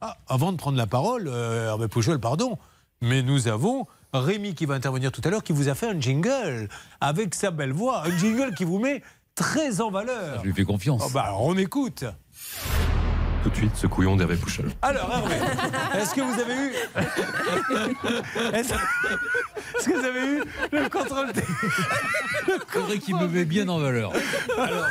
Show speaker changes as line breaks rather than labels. Ah, avant de prendre la parole, euh, Hervé Pouchol, pardon, mais nous avons Rémi qui va intervenir tout à l'heure, qui vous a fait un jingle avec sa belle voix, un jingle qui vous met très en valeur.
Je lui fais confiance.
Oh, bah, on écoute.
Tout de suite, ce couillon d'Hervé Pouchol.
Alors, Hervé, est-ce que vous avez eu. Est-ce est-ce que vous avez eu le contrôle
C'est vrai qu'il me met bien en valeur. Alors,